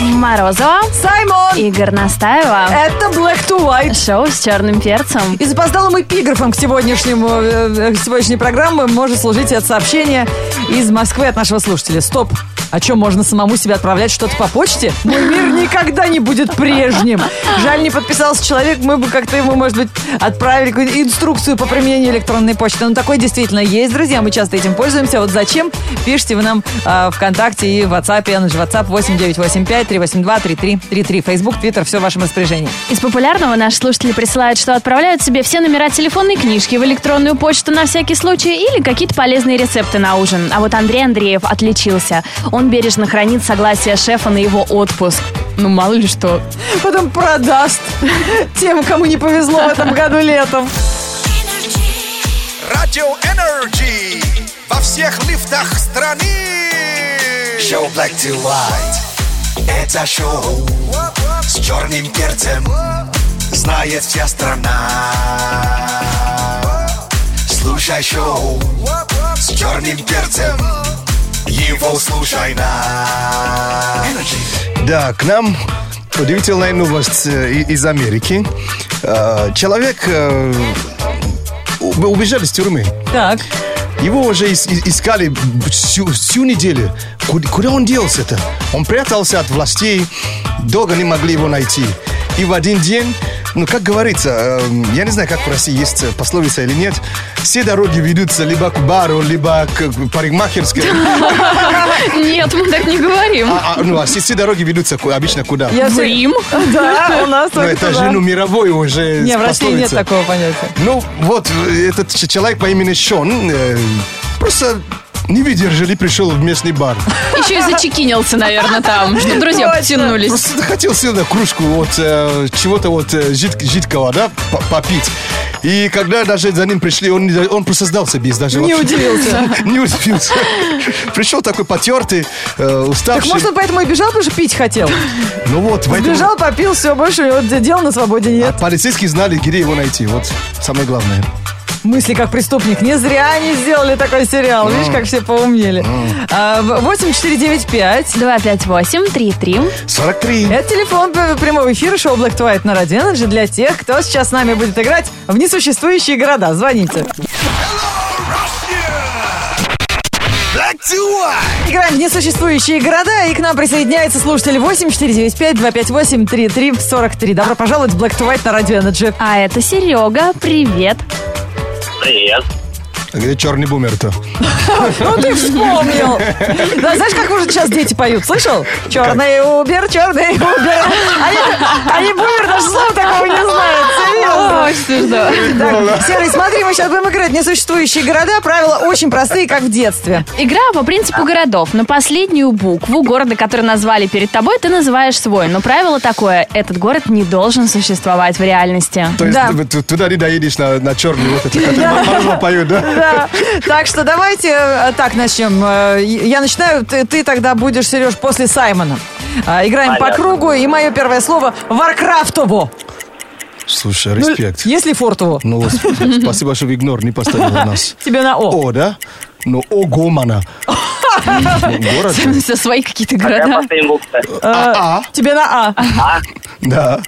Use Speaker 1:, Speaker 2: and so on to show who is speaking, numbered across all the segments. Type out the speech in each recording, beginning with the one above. Speaker 1: Морозова
Speaker 2: Саймон!
Speaker 1: и Горностаева.
Speaker 2: Это Black to White.
Speaker 1: Шоу с черным перцем.
Speaker 2: И запоздалым эпиграфом к сегодняшнему, э, к сегодняшней программе может служить это сообщение из Москвы от нашего слушателя. Стоп! А что, можно самому себе отправлять что-то по почте? Мой мир никогда не будет прежним. Жаль, не подписался человек, мы бы как-то ему, может быть, отправили какую-то инструкцию по применению электронной почты. Но такое действительно есть, друзья, мы часто этим пользуемся. Вот зачем? Пишите вы нам э, ВКонтакте и в WhatsApp, и наш WhatsApp 8985 382 3333. Facebook, Twitter, все в вашем распоряжении.
Speaker 1: Из популярного наши слушатели присылают, что отправляют себе все номера телефонной книжки в электронную почту на всякий случай или какие-то полезные рецепты на ужин. А вот Андрей Андреев отличился. Он бережно хранит согласие шефа на его отпуск. Ну, мало ли что.
Speaker 2: Потом продаст тем, кому не повезло в этом году летом.
Speaker 3: Радио Энерджи во всех лифтах страны. Шоу Black to White. Это шоу с черным перцем. Знает вся страна. Слушай шоу с черным перцем. Его слушай на. Energy.
Speaker 4: Да, к нам удивительная новость э, и- из Америки. Э, Человек э, уб- убежал из тюрьмы.
Speaker 2: Так.
Speaker 4: Его уже ис- и- искали всю, всю неделю. Куда, куда он делся-то? Он прятался от властей, долго не могли его найти. И в один день, ну, как говорится, эм, я не знаю, как в России есть э, пословица или нет, все дороги ведутся либо к бару, либо к парикмахерской.
Speaker 1: Нет, мы так не говорим.
Speaker 4: А, а, ну, а все, все дороги ведутся ку- обычно куда?
Speaker 2: Я
Speaker 1: В
Speaker 2: всё-
Speaker 1: Рим?
Speaker 2: Да, у нас
Speaker 4: Ну,
Speaker 2: только
Speaker 4: это
Speaker 2: туда.
Speaker 4: же, ну, мировой уже
Speaker 2: Не, в России нет
Speaker 4: пословица.
Speaker 2: такого понятия.
Speaker 4: Ну, вот э, этот ч- человек по имени Шон э, просто не выдержали, пришел в местный бар.
Speaker 1: Еще и зачекинился, наверное, там, что друзья
Speaker 2: Точно.
Speaker 1: потянулись.
Speaker 4: Просто хотел сильно кружку вот э, чего-то вот э, жид- жидкого, да, по- попить. И когда даже за ним пришли, он, не за- он просто сдался без даже.
Speaker 2: Не
Speaker 4: вообще.
Speaker 2: удивился.
Speaker 4: Не удивился. Пришел такой потертый, э,
Speaker 2: Так
Speaker 4: уставший.
Speaker 2: может он поэтому и бежал, потому что пить хотел.
Speaker 4: Ну вот, поэтому-
Speaker 2: Бежал, попил, все, больше вот дел на свободе
Speaker 4: А
Speaker 2: нет.
Speaker 4: полицейские знали, где его найти. Вот самое главное. А-
Speaker 2: Мысли как преступник. Не зря они сделали такой сериал. Видишь, как все поумнели. А, в- 8495.
Speaker 1: 258-33.
Speaker 4: 43.
Speaker 2: Это телефон п- прямого эфира шоу Black to White на Radio Energy для тех, кто сейчас с нами будет играть в несуществующие города. Звоните.
Speaker 3: Black to White.
Speaker 2: Играем в несуществующие города, и к нам присоединяется слушатель 8 495 258 3343. Добро пожаловать в Black to White на радио Energy.
Speaker 1: А это Серега. Привет.
Speaker 5: Привет.
Speaker 4: А Где черный бумер-то?
Speaker 2: Ну ты вспомнил. Да, знаешь, как уже сейчас дети поют, слышал? Черный убер, черный убер. Они, они бумер даже слова такого не знают, серьезно. Так, Серый, смотри, мы сейчас будем играть в несуществующие города. Правила очень простые, как в детстве.
Speaker 1: Игра по принципу городов. На последнюю букву города, который назвали перед тобой, ты называешь свой. Но правило такое. Этот город не должен существовать в реальности.
Speaker 4: То есть
Speaker 2: Да.
Speaker 4: ты- ты туда не доедешь на, на черный вот этот, который Морозова поет, да?
Speaker 2: Да. Так что давайте э, так начнем. Э, Я начинаю, ты, ты тогда будешь, Сереж, после Саймона. А, Играем по
Speaker 5: Понятно.
Speaker 2: кругу, и мое первое слово «Варкрафтово».
Speaker 4: Слушай,
Speaker 2: Ну,
Speaker 4: респект.
Speaker 2: Если «Фортово»,
Speaker 4: Ну вот, спасибо, что в игнор не поставил нас.
Speaker 2: тебе на «О».
Speaker 4: О, да? Ну, Огомана. Город?
Speaker 2: Э,
Speaker 1: Со свои какие-то
Speaker 5: Я
Speaker 1: города.
Speaker 5: последний букв.
Speaker 4: А,
Speaker 2: Тебе на «А».
Speaker 4: да.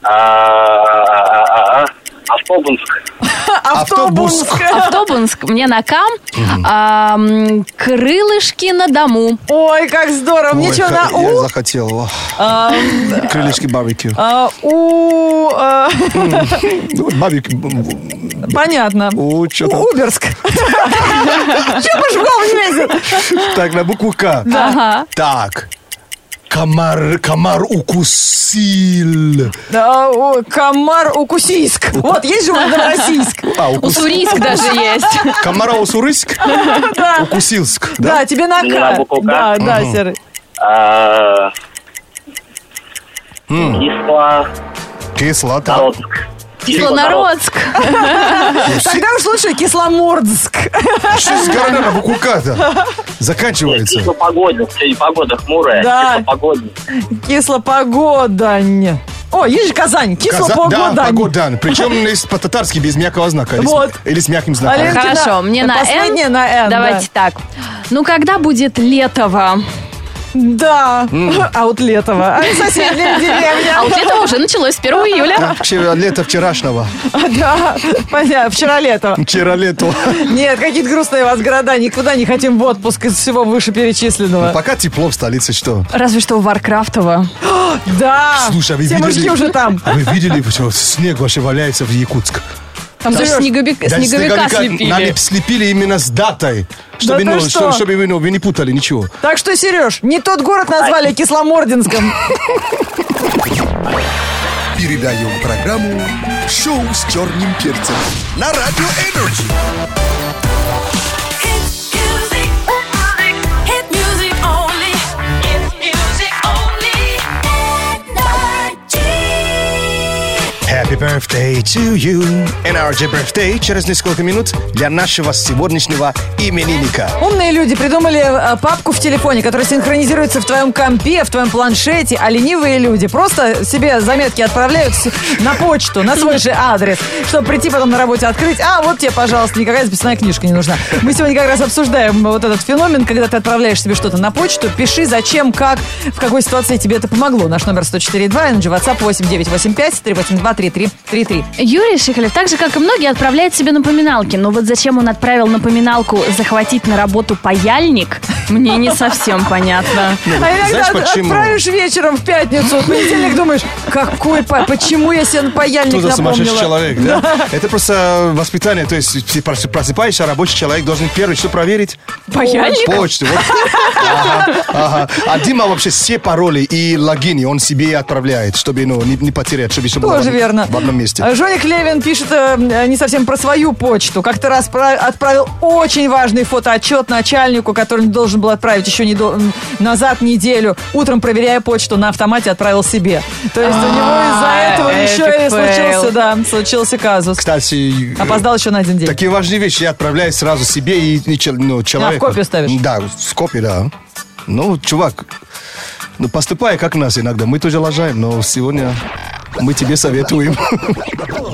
Speaker 5: А, Автобуск.
Speaker 4: Автобус.
Speaker 2: Автобуск.
Speaker 1: Автобунск мне на кам. а, м, крылышки на дому.
Speaker 2: Ой, как здорово. а Мне
Speaker 4: Ой,
Speaker 2: что, на
Speaker 4: как Я
Speaker 2: «У»?
Speaker 4: захотел. Ох. Крылышки барбекю.
Speaker 2: А, У... э,
Speaker 4: Ну, вот барбекю. м,
Speaker 2: Понятно.
Speaker 4: У, что там?
Speaker 2: Уберск. Че больше в голову не лезет?
Speaker 4: Так, на букву К.
Speaker 1: Ага.
Speaker 4: Так. Комар, комар укусил.
Speaker 2: Да, о, Комар Укусийск. Вот, есть же он Новороссийск.
Speaker 4: А, укус...
Speaker 1: Уссурийск даже есть.
Speaker 4: Комара усурыск? Укусилск, да?
Speaker 2: Да, тебе на
Speaker 5: Мне на
Speaker 2: «К».
Speaker 5: букву «К».
Speaker 2: Да, да, Серый.
Speaker 5: а, Исла.
Speaker 4: Кислота.
Speaker 5: Народск.
Speaker 1: Кислонородск.
Speaker 2: Тогда уж лучше Кисломордск.
Speaker 4: Что с города на букву К-то? Заканчивается.
Speaker 5: Кислопогодник. Сегодня погода хмурая.
Speaker 2: Да.
Speaker 5: Кислопогодник.
Speaker 2: Кислопогодань. О, есть же Казань.
Speaker 4: Каза- Да,
Speaker 2: Кислопогодань.
Speaker 4: погодан. Причем есть по-татарски без мягкого знака. Или с-
Speaker 2: Вот.
Speaker 4: Или с мягким знаком.
Speaker 2: Алина,
Speaker 1: Хорошо, мне на
Speaker 2: Последнее
Speaker 1: Н.
Speaker 2: на «Н», да.
Speaker 1: Давайте так. Ну, когда будет летово?
Speaker 2: Да, а вот Летова. А соседняя деревня.
Speaker 1: А вот это уже началось с 1 июля.
Speaker 4: А, вчера- Лето вчерашнего.
Speaker 2: Да, понятно, вчера летом.
Speaker 4: Вчера лето.
Speaker 2: Нет, какие-то грустные у вас города, никуда не хотим в отпуск из всего вышеперечисленного.
Speaker 4: Пока тепло в столице, что?
Speaker 1: Разве что в Варкрафтово.
Speaker 2: Да,
Speaker 4: Слушай, а вы
Speaker 2: все
Speaker 4: видели?
Speaker 2: мужики уже там.
Speaker 4: А вы видели, что снег вообще валяется в Якутск?
Speaker 1: Там даже
Speaker 2: Серёж,
Speaker 1: снеговик-
Speaker 4: Да,
Speaker 1: снеговика
Speaker 4: снеговика
Speaker 1: слепили.
Speaker 4: Нам слепили именно с датой. Чтобы,
Speaker 2: ты
Speaker 4: ну,
Speaker 2: что?
Speaker 4: чтоб- чтобы вы, ну, вы не путали ничего.
Speaker 2: Так что, Сереж, не тот город назвали Кисломординском.
Speaker 3: Передаем программу «Шоу с черным перцем» на Радио Энерджи.
Speaker 6: Hit music, hit music only. Hit music only. Energy.
Speaker 4: Happy birthday to you. NRG birthday через несколько минут для нашего сегодняшнего именинника.
Speaker 2: Умные люди придумали э, папку в телефоне, которая синхронизируется в твоем компе, в твоем планшете, а ленивые люди просто себе заметки отправляют с- на почту, на свой же адрес, чтобы прийти потом на работе открыть. А, вот тебе, пожалуйста, никакая записная книжка не нужна. Мы сегодня как раз обсуждаем вот этот феномен, когда ты отправляешь себе что-то на почту, пиши, зачем, как, в какой ситуации тебе это помогло. Наш номер 104.2, NG WhatsApp 8985 382 3333.
Speaker 1: Юрий Шихалев, так же, как и многие, отправляет себе напоминалки. Но вот зачем он отправил напоминалку «захватить на работу паяльник», мне не совсем понятно.
Speaker 2: А иногда
Speaker 4: Знаешь,
Speaker 2: от-
Speaker 4: почему?
Speaker 2: отправишь вечером в пятницу, в понедельник думаешь, какой па, почему я себе на паяльник
Speaker 4: Кто за сумасшедший
Speaker 2: напомнила?
Speaker 4: человек, да? Это просто воспитание. То есть ты прос- просыпаешься, а рабочий человек должен первый что проверить?
Speaker 1: Паяльник?
Speaker 4: Почту. Вот. Ага, ага. А Дима вообще все пароли и логини он себе отправляет, чтобы ну, не, не потерять, чтобы все было в
Speaker 2: Тоже
Speaker 4: одном-
Speaker 2: верно.
Speaker 4: в одном месте.
Speaker 2: А, Жоник Левин пишет э, э, не совсем про свою почту. Как-то раз про- отправил очень важный фотоотчет начальнику, который он должен был отправить еще недо- м, назад неделю. Утром, проверяя почту, на автомате отправил себе. То есть у него из-за
Speaker 1: А,
Speaker 2: этого еще и
Speaker 1: эпик фейл.
Speaker 2: случился, да, случился казус.
Speaker 4: Кстати,
Speaker 2: Опоздал еще на один день.
Speaker 4: Такие важные вещи я отправляю сразу себе и, и чел- ну, человеку.
Speaker 2: А, копию ставишь?
Speaker 4: Да, в копию, да. Ну, чувак, ну поступай как нас иногда. Мы тоже лажаем, но сегодня мы тебе советуем.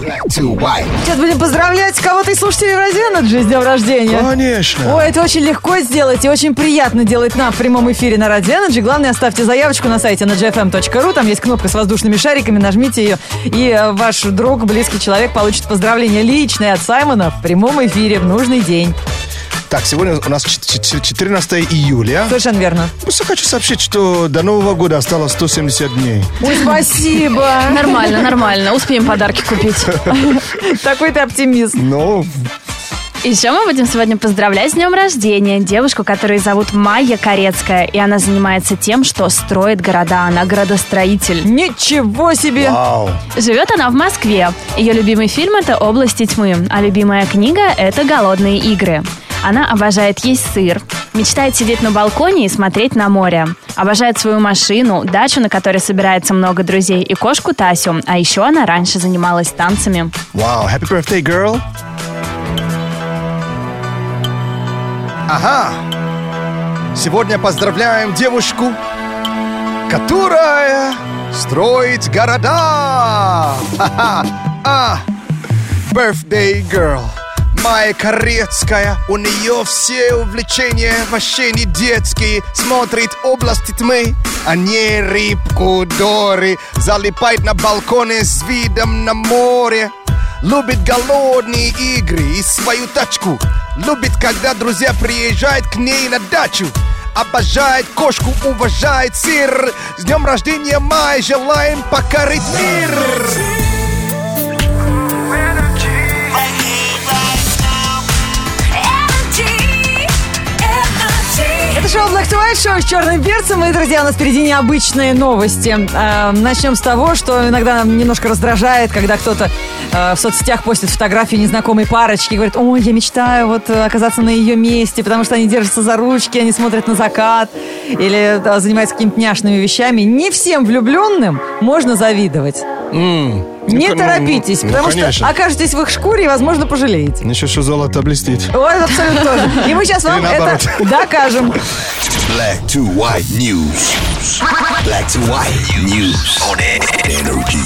Speaker 2: Сейчас будем поздравлять кого-то из слушателей Розенеджи с днем рождения.
Speaker 4: Конечно.
Speaker 2: Ой, это очень легко сделать и очень приятно делать на в прямом эфире на Радио Energy. Главное, оставьте заявочку на сайте на gfm.ru. Там есть кнопка с воздушными шариками. Нажмите ее, и э, ваш друг, близкий человек получит поздравление личное от Саймона в прямом эфире в нужный день.
Speaker 4: Так, сегодня у нас чет- чет- 14 июля.
Speaker 2: Совершенно верно.
Speaker 4: Просто хочу сообщить, что до Нового года осталось 170 дней.
Speaker 2: Ой, спасибо.
Speaker 1: Нормально, нормально. Успеем подарки купить.
Speaker 2: Такой ты оптимист.
Speaker 4: Но
Speaker 1: И Еще мы будем сегодня поздравлять с днем рождения девушку, которую зовут Майя Корецкая. И она занимается тем, что строит города. Она градостроитель.
Speaker 2: Ничего себе.
Speaker 4: вау.
Speaker 1: Живет она в Москве. Ее любимый фильм – это «Области тьмы», а любимая книга – это «Голодные игры». Она обожает есть сыр, мечтает сидеть на балконе и смотреть на море. Обожает свою машину, дачу, на которой собирается много друзей, и кошку Тасю. А еще она раньше занималась танцами.
Speaker 4: Вау, happy birthday, girl. Ага. Сегодня поздравляем девушку, которая строит города. Ха-ха. А, birthday girl. Майя Корецкая, у нее все увлечения вообще не детские. Смотрит области тьмы, а не рыбку Дори. Залипает на балконе с видом на море. Любит голодные игры и свою тачку. Любит, когда друзья приезжают к ней на дачу. Обожает кошку, уважает сыр. С днем рождения, Май, желаем покорить мир.
Speaker 6: Energy. Energy.
Speaker 2: Это шоу Black to White, шоу с черным перцем. И, друзья, у нас впереди необычные новости. Э, начнем с того, что иногда нам немножко раздражает, когда кто-то э, в соцсетях постит фотографии незнакомой парочки. Говорит, ой, я мечтаю вот э, оказаться на ее месте, потому что они держатся за ручки, они смотрят на закат или э, занимаются какими-то няшными вещами. Не всем влюбленным можно завидовать. Не
Speaker 4: Ну,
Speaker 2: торопитесь,
Speaker 4: ну,
Speaker 2: потому что
Speaker 4: конечно.
Speaker 2: окажетесь в их шкуре и, возможно, пожалеете.
Speaker 4: Еще что золото блестит.
Speaker 2: Вот, абсолютно тоже. И мы сейчас вам
Speaker 4: Или
Speaker 2: это
Speaker 4: наоборот.
Speaker 2: докажем.
Speaker 3: Black to white news. Black to white news on Energy.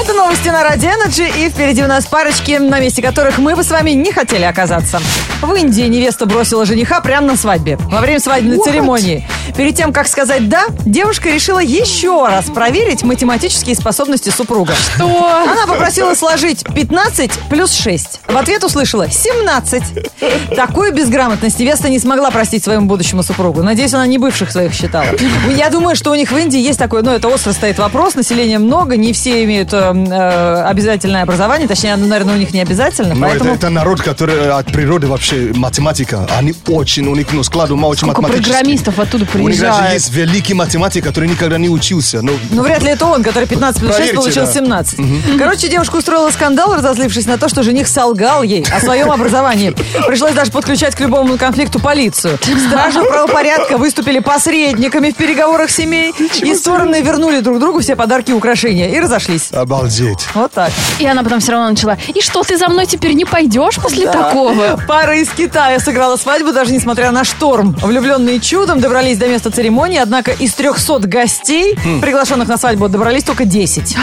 Speaker 2: Это новости на Ради Energy, и впереди у нас парочки, на месте которых мы бы с вами не хотели оказаться. В Индии невеста бросила жениха прямо на свадьбе, во время свадебной церемонии. Перед тем, как сказать «да», девушка решила еще раз проверить математические способности супруга.
Speaker 1: Что?
Speaker 2: Она попросила сложить 15 плюс 6. В ответ услышала 17. Такую безграмотность невеста не смогла простить своему будущему супругу. Надеюсь, она не бывших своих считала. Я думаю, что у них в Индии есть такой, ну, это остро стоит вопрос, населения много, не все имеют э, э, обязательное образование, точнее, оно, наверное, у них не обязательно,
Speaker 4: Но Ну, это,
Speaker 2: поэтому...
Speaker 4: это народ, который э, от природы вообще математика. Они очень, у них ну, склад ума очень
Speaker 1: Сколько
Speaker 4: математический.
Speaker 1: программистов оттуда
Speaker 4: У них даже
Speaker 1: приезжает.
Speaker 4: есть великий математик, который никогда не учился. Но
Speaker 2: Ну, вряд ли это он, который 15 плюс 6
Speaker 4: Проверьте,
Speaker 2: получил
Speaker 4: да.
Speaker 2: 17. Короче, девушка устроила скандал, разозлившись на то, что жених солгал ей о своем образовании. Пришлось даже подключать к любому конфликту полицию. Стражи правопорядка выступили посредниками в переговорах семей. И стороны вернули друг другу все подарки и украшения. И разошлись.
Speaker 4: обалдеть.
Speaker 2: Вот так.
Speaker 1: И она потом все равно начала. И что, ты за мной теперь не пойдешь после такого?
Speaker 2: Пара из Китая сыграла свадьбу, даже несмотря на шторм. Влюбленные чудом добрались до места церемонии, однако из 300 гостей, приглашенных на свадьбу, добрались только 10.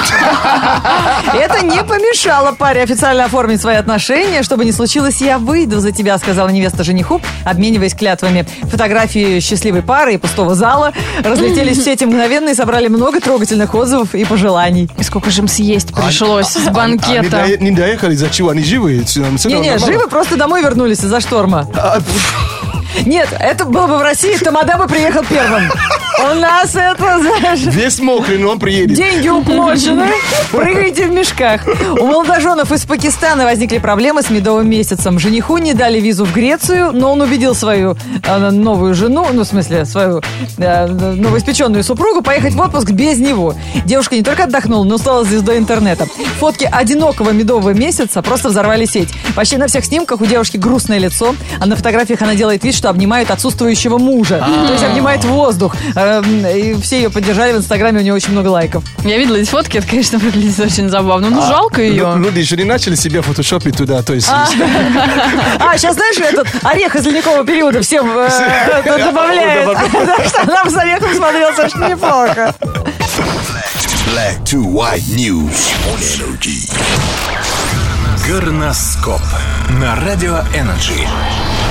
Speaker 2: Это не помешало паре официально оформить свои отношения. Чтобы не случилось, я выйду за тебя, сказала невеста жениху, обмениваясь клятвами. Фотографии счастливой пары и пустого зала разлетелись в сети мгновенно и собрали много трогательных отзывов и пожеланий.
Speaker 1: И сколько же им съесть пришлось с
Speaker 4: Они
Speaker 1: банкета?
Speaker 4: дое- не доехали, за чего? Они живы? Э, Всё- всё
Speaker 2: Не-не,
Speaker 4: нормально.
Speaker 2: живы просто домой вернулись из-за шторма.
Speaker 4: А, пф,
Speaker 2: Нет, это было бы в России, Тамада бы приехал первым. У нас это, знаешь,
Speaker 4: Весь мокрый, но он приедет.
Speaker 2: деньги уплочены, прыгайте в мешках. У молодоженов из Пакистана возникли проблемы с медовым месяцем. Жениху не дали визу в Грецию, но он убедил свою э, новую жену, ну, в смысле, свою э, новоиспеченную супругу поехать в отпуск без него. Девушка не только отдохнула, но стала звездой интернета. Фотки одинокого медового месяца просто взорвали сеть. Почти на всех снимках у девушки грустное лицо, а на фотографиях она делает вид, что обнимает отсутствующего мужа. То есть обнимает воздух. Эм, И все ее поддержали в Инстаграме, у нее очень много лайков.
Speaker 1: Я видела эти фотки, это, конечно, выглядит очень забавно. Ну, жалко
Speaker 4: Лю-
Speaker 1: ее.
Speaker 4: Люди еще не начали себе фотошопить туда, то есть...
Speaker 2: А, сейчас знаешь, этот орех из ледникового периода всем э, добавляет. Так что нам с орехом смотрелось очень неплохо.
Speaker 3: Black to white news on energy.
Speaker 7: Горноскоп на Радио Энерджи.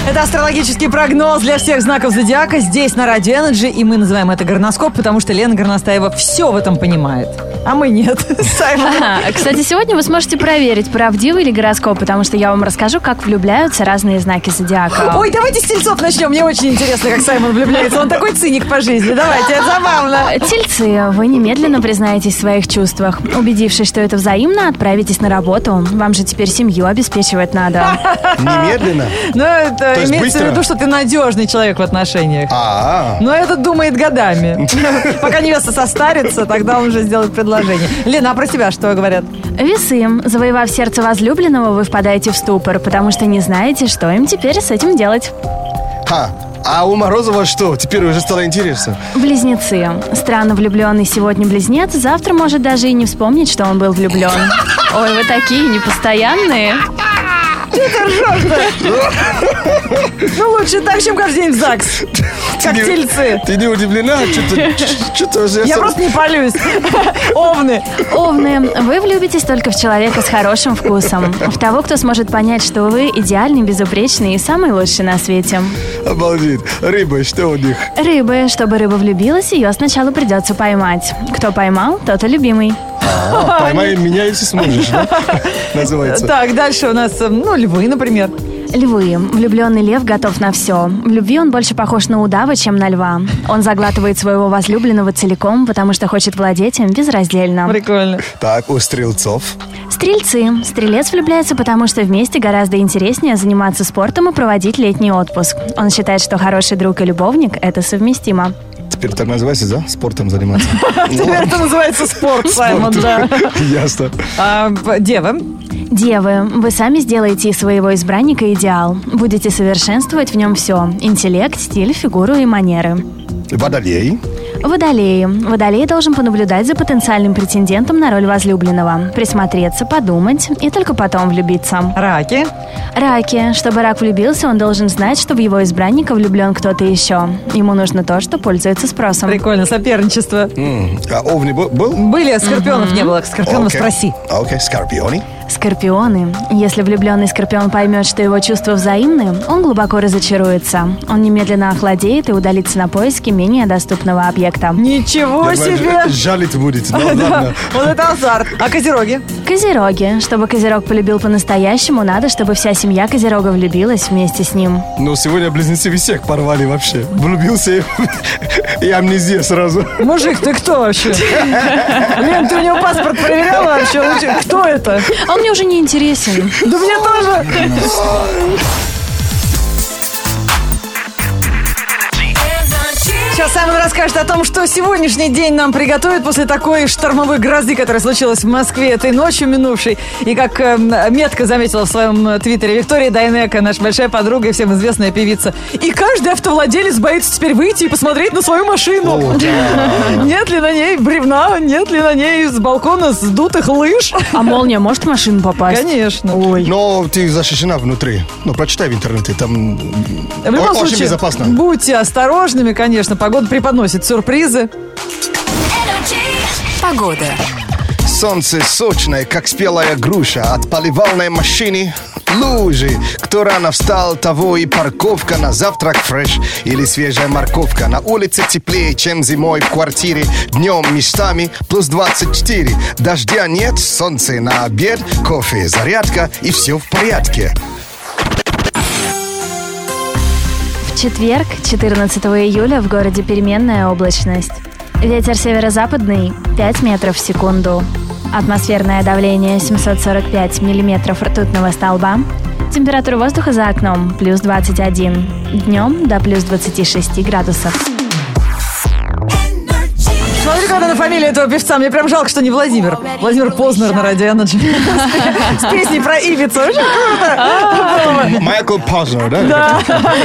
Speaker 2: Это астрологический прогноз для всех знаков зодиака здесь на Радио Энерджи, и мы называем это горноскоп, потому что Лена Горностаева все в этом понимает. А мы нет. Саймон.
Speaker 1: Ага. А, Кстати, сегодня вы сможете проверить, правдивый ли гороскоп, потому что я вам расскажу, как влюбляются разные знаки зодиака.
Speaker 2: Ой, давайте с тельцов начнем. Мне очень интересно, как Саймон влюбляется. Он такой циник по жизни. Давайте, это забавно.
Speaker 1: Тельцы, вы немедленно признаетесь в своих чувствах. Убедившись, что это взаимно, отправитесь на работу. Вам же теперь семью обеспечивать надо.
Speaker 4: Немедленно?
Speaker 2: Но Ну, это
Speaker 4: есть
Speaker 2: имеется в
Speaker 4: быстро?
Speaker 2: виду, что ты надежный человек в отношениях.
Speaker 4: А,
Speaker 2: Но этот думает годами. Пока невеста состарится, тогда он уже сделает предложение. Лена, а про тебя что говорят?
Speaker 1: Весы. Завоевав сердце возлюбленного, вы впадаете в ступор, потому что не знаете, что им теперь с этим делать.
Speaker 4: ха. А у Морозова что? Теперь уже стало интересно.
Speaker 1: Близнецы. Странно влюбленный сегодня близнец, завтра может даже и не вспомнить, что он был влюблен. Ой, вы такие непостоянные.
Speaker 2: Ну, лучше так, чем каждый день в ЗАГС. Как
Speaker 4: не-
Speaker 2: тельцы.
Speaker 4: Ты не удивлена? Что-то уже...
Speaker 2: Я просто не палюсь. Овны.
Speaker 1: Овны, вы влюбитесь только в человека с хорошим вкусом. В того, кто сможет понять, что вы идеальный, безупречный и самый лучший на свете.
Speaker 4: Обалдеть. Рыбы, что у них?
Speaker 1: Рыбы. Чтобы рыба влюбилась, ее сначала придется поймать. Кто поймал, тот и любимый.
Speaker 4: А, Поймай меня, если сможешь, да? Называется.
Speaker 2: Так, дальше у нас, э, ну, львы, например.
Speaker 1: Львы. Влюбленный лев готов на все. В любви он больше похож на удава, чем на льва. Он заглатывает своего возлюбленного целиком, потому что хочет владеть им безраздельно.
Speaker 2: Прикольно.
Speaker 4: Так, у стрелцов.
Speaker 1: Стрельцы. Стрелец влюбляется, потому что вместе гораздо интереснее заниматься спортом и проводить летний отпуск. Он считает, что хороший друг и любовник – это совместимо.
Speaker 4: Теперь так называется, да? Спортом заниматься. Ну,
Speaker 2: Теперь это называется спорт, Саймон, да.
Speaker 4: Ясно.
Speaker 2: А, в- девы.
Speaker 1: Девы, вы сами сделаете из своего избранника идеал. Будете совершенствовать в нем все – интеллект, стиль, фигуру и манеры.
Speaker 4: Водолей.
Speaker 1: Водолеи. Водолей должен понаблюдать за потенциальным претендентом на роль возлюбленного, присмотреться, подумать и только потом влюбиться.
Speaker 2: Раки.
Speaker 1: Раки. Чтобы рак влюбился, он должен знать, что в его избранника влюблен кто-то еще. Ему нужно то, что пользуется спросом.
Speaker 2: Прикольно, соперничество.
Speaker 4: М, А овни бу- был?
Speaker 2: Были, а скорпионов не было. Скорпионов
Speaker 4: Окей. А,
Speaker 2: спроси.
Speaker 4: Окей, скорпионы.
Speaker 1: Скорпионы. Если влюбленный скорпион поймет, что его чувства взаимны, он глубоко разочаруется. Он немедленно охладеет и удалится на поиски менее доступного объекта.
Speaker 2: Ничего
Speaker 4: Я думаю,
Speaker 2: себе!
Speaker 4: Жалить будет. Да,
Speaker 2: Да,
Speaker 4: ладно.
Speaker 2: вот это азарт. А козероги?
Speaker 1: Козероги. Чтобы козерог полюбил по-настоящему, надо, чтобы вся семья козерога влюбилась вместе с ним.
Speaker 4: Но Ну, сегодня близнецы всех порвали вообще. Влюбился и- и амнезия сразу.
Speaker 2: Мужик, ты кто вообще? Лен, ты у него паспорт проверяла вообще? Он че- Кто это?
Speaker 1: А он мне уже не интересен.
Speaker 2: Да мне тоже. Сейчас Саймон расскажет о том, что сегодняшний день нам приготовит после такой штормовой грозы, которая случилась в Москве этой ночью минувшей. И как э, метко заметила в своем э, твиттере Виктория Дайнека, наша большая подруга и всем известная певица. И каждый автовладелец боится теперь выйти и посмотреть на свою машину. Нет ли на ней бревна, нет ли на ней с балкона сдутых лыж?
Speaker 1: А молния может в машину попасть?
Speaker 2: Конечно.
Speaker 4: Но ты защищена внутри. Ну, прочитай в интернете, там
Speaker 2: В любом
Speaker 4: о- очень
Speaker 2: случае,
Speaker 4: безопасно.
Speaker 2: будьте осторожными, конечно. Погода преподносит сюрпризы.
Speaker 6: Погода.
Speaker 4: Солнце сочное, как спелая груша, от поливалной машины лужи. Кто рано встал, того и парковка, на завтрак фреш или свежая морковка. На улице теплее, чем зимой в квартире, днем местами плюс 24. Дождя нет, солнце на обед, кофе, зарядка и все в порядке.
Speaker 1: В четверг, 14 июля, в городе переменная облачность. Ветер северо-западный 5 метров в секунду. Атмосферное давление 745 миллиметров ртутного столба. Температура воздуха за окном плюс 21. Днем до плюс 26 градусов.
Speaker 2: Смотри, когда на фамилию этого певца. Мне прям жалко, что не Владимир. Владимир Познер на радио Energy. С песней про Ивицу. Очень круто.
Speaker 4: Майкл Познер, да?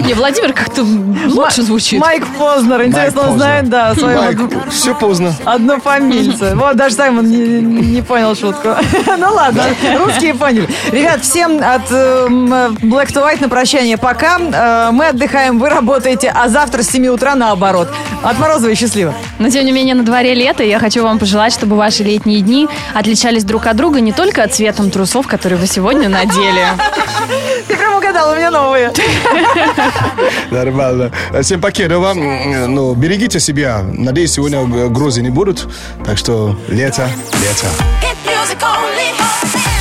Speaker 8: Не, Владимир как-то лучше звучит.
Speaker 2: Майк Познер. Интересно, он
Speaker 4: Познер.
Speaker 2: знает, да,
Speaker 4: Майк,
Speaker 2: свою
Speaker 4: все поздно.
Speaker 2: Однофамильцы. Вот, даже Саймон не, не понял шутку. Ну ладно, русские поняли. Ребят, всем от эм, Black to White на прощание пока. Э, Мы отдыхаем, вы работаете, а завтра с 7 утра наоборот. От Морозова и счастливо.
Speaker 8: Но тем не менее на дворе лето, и я хочу вам пожелать, чтобы ваши летние дни отличались друг от друга не только цветом трусов, которые вы сегодня надели.
Speaker 2: Ты прям угадал, у меня новые.
Speaker 4: Нормально. Э, Всем пакета вам. Ну, берегите себя. Надеюсь, сегодня э, грозы не будут. Так что лето, лето.
Speaker 6: Hit music only.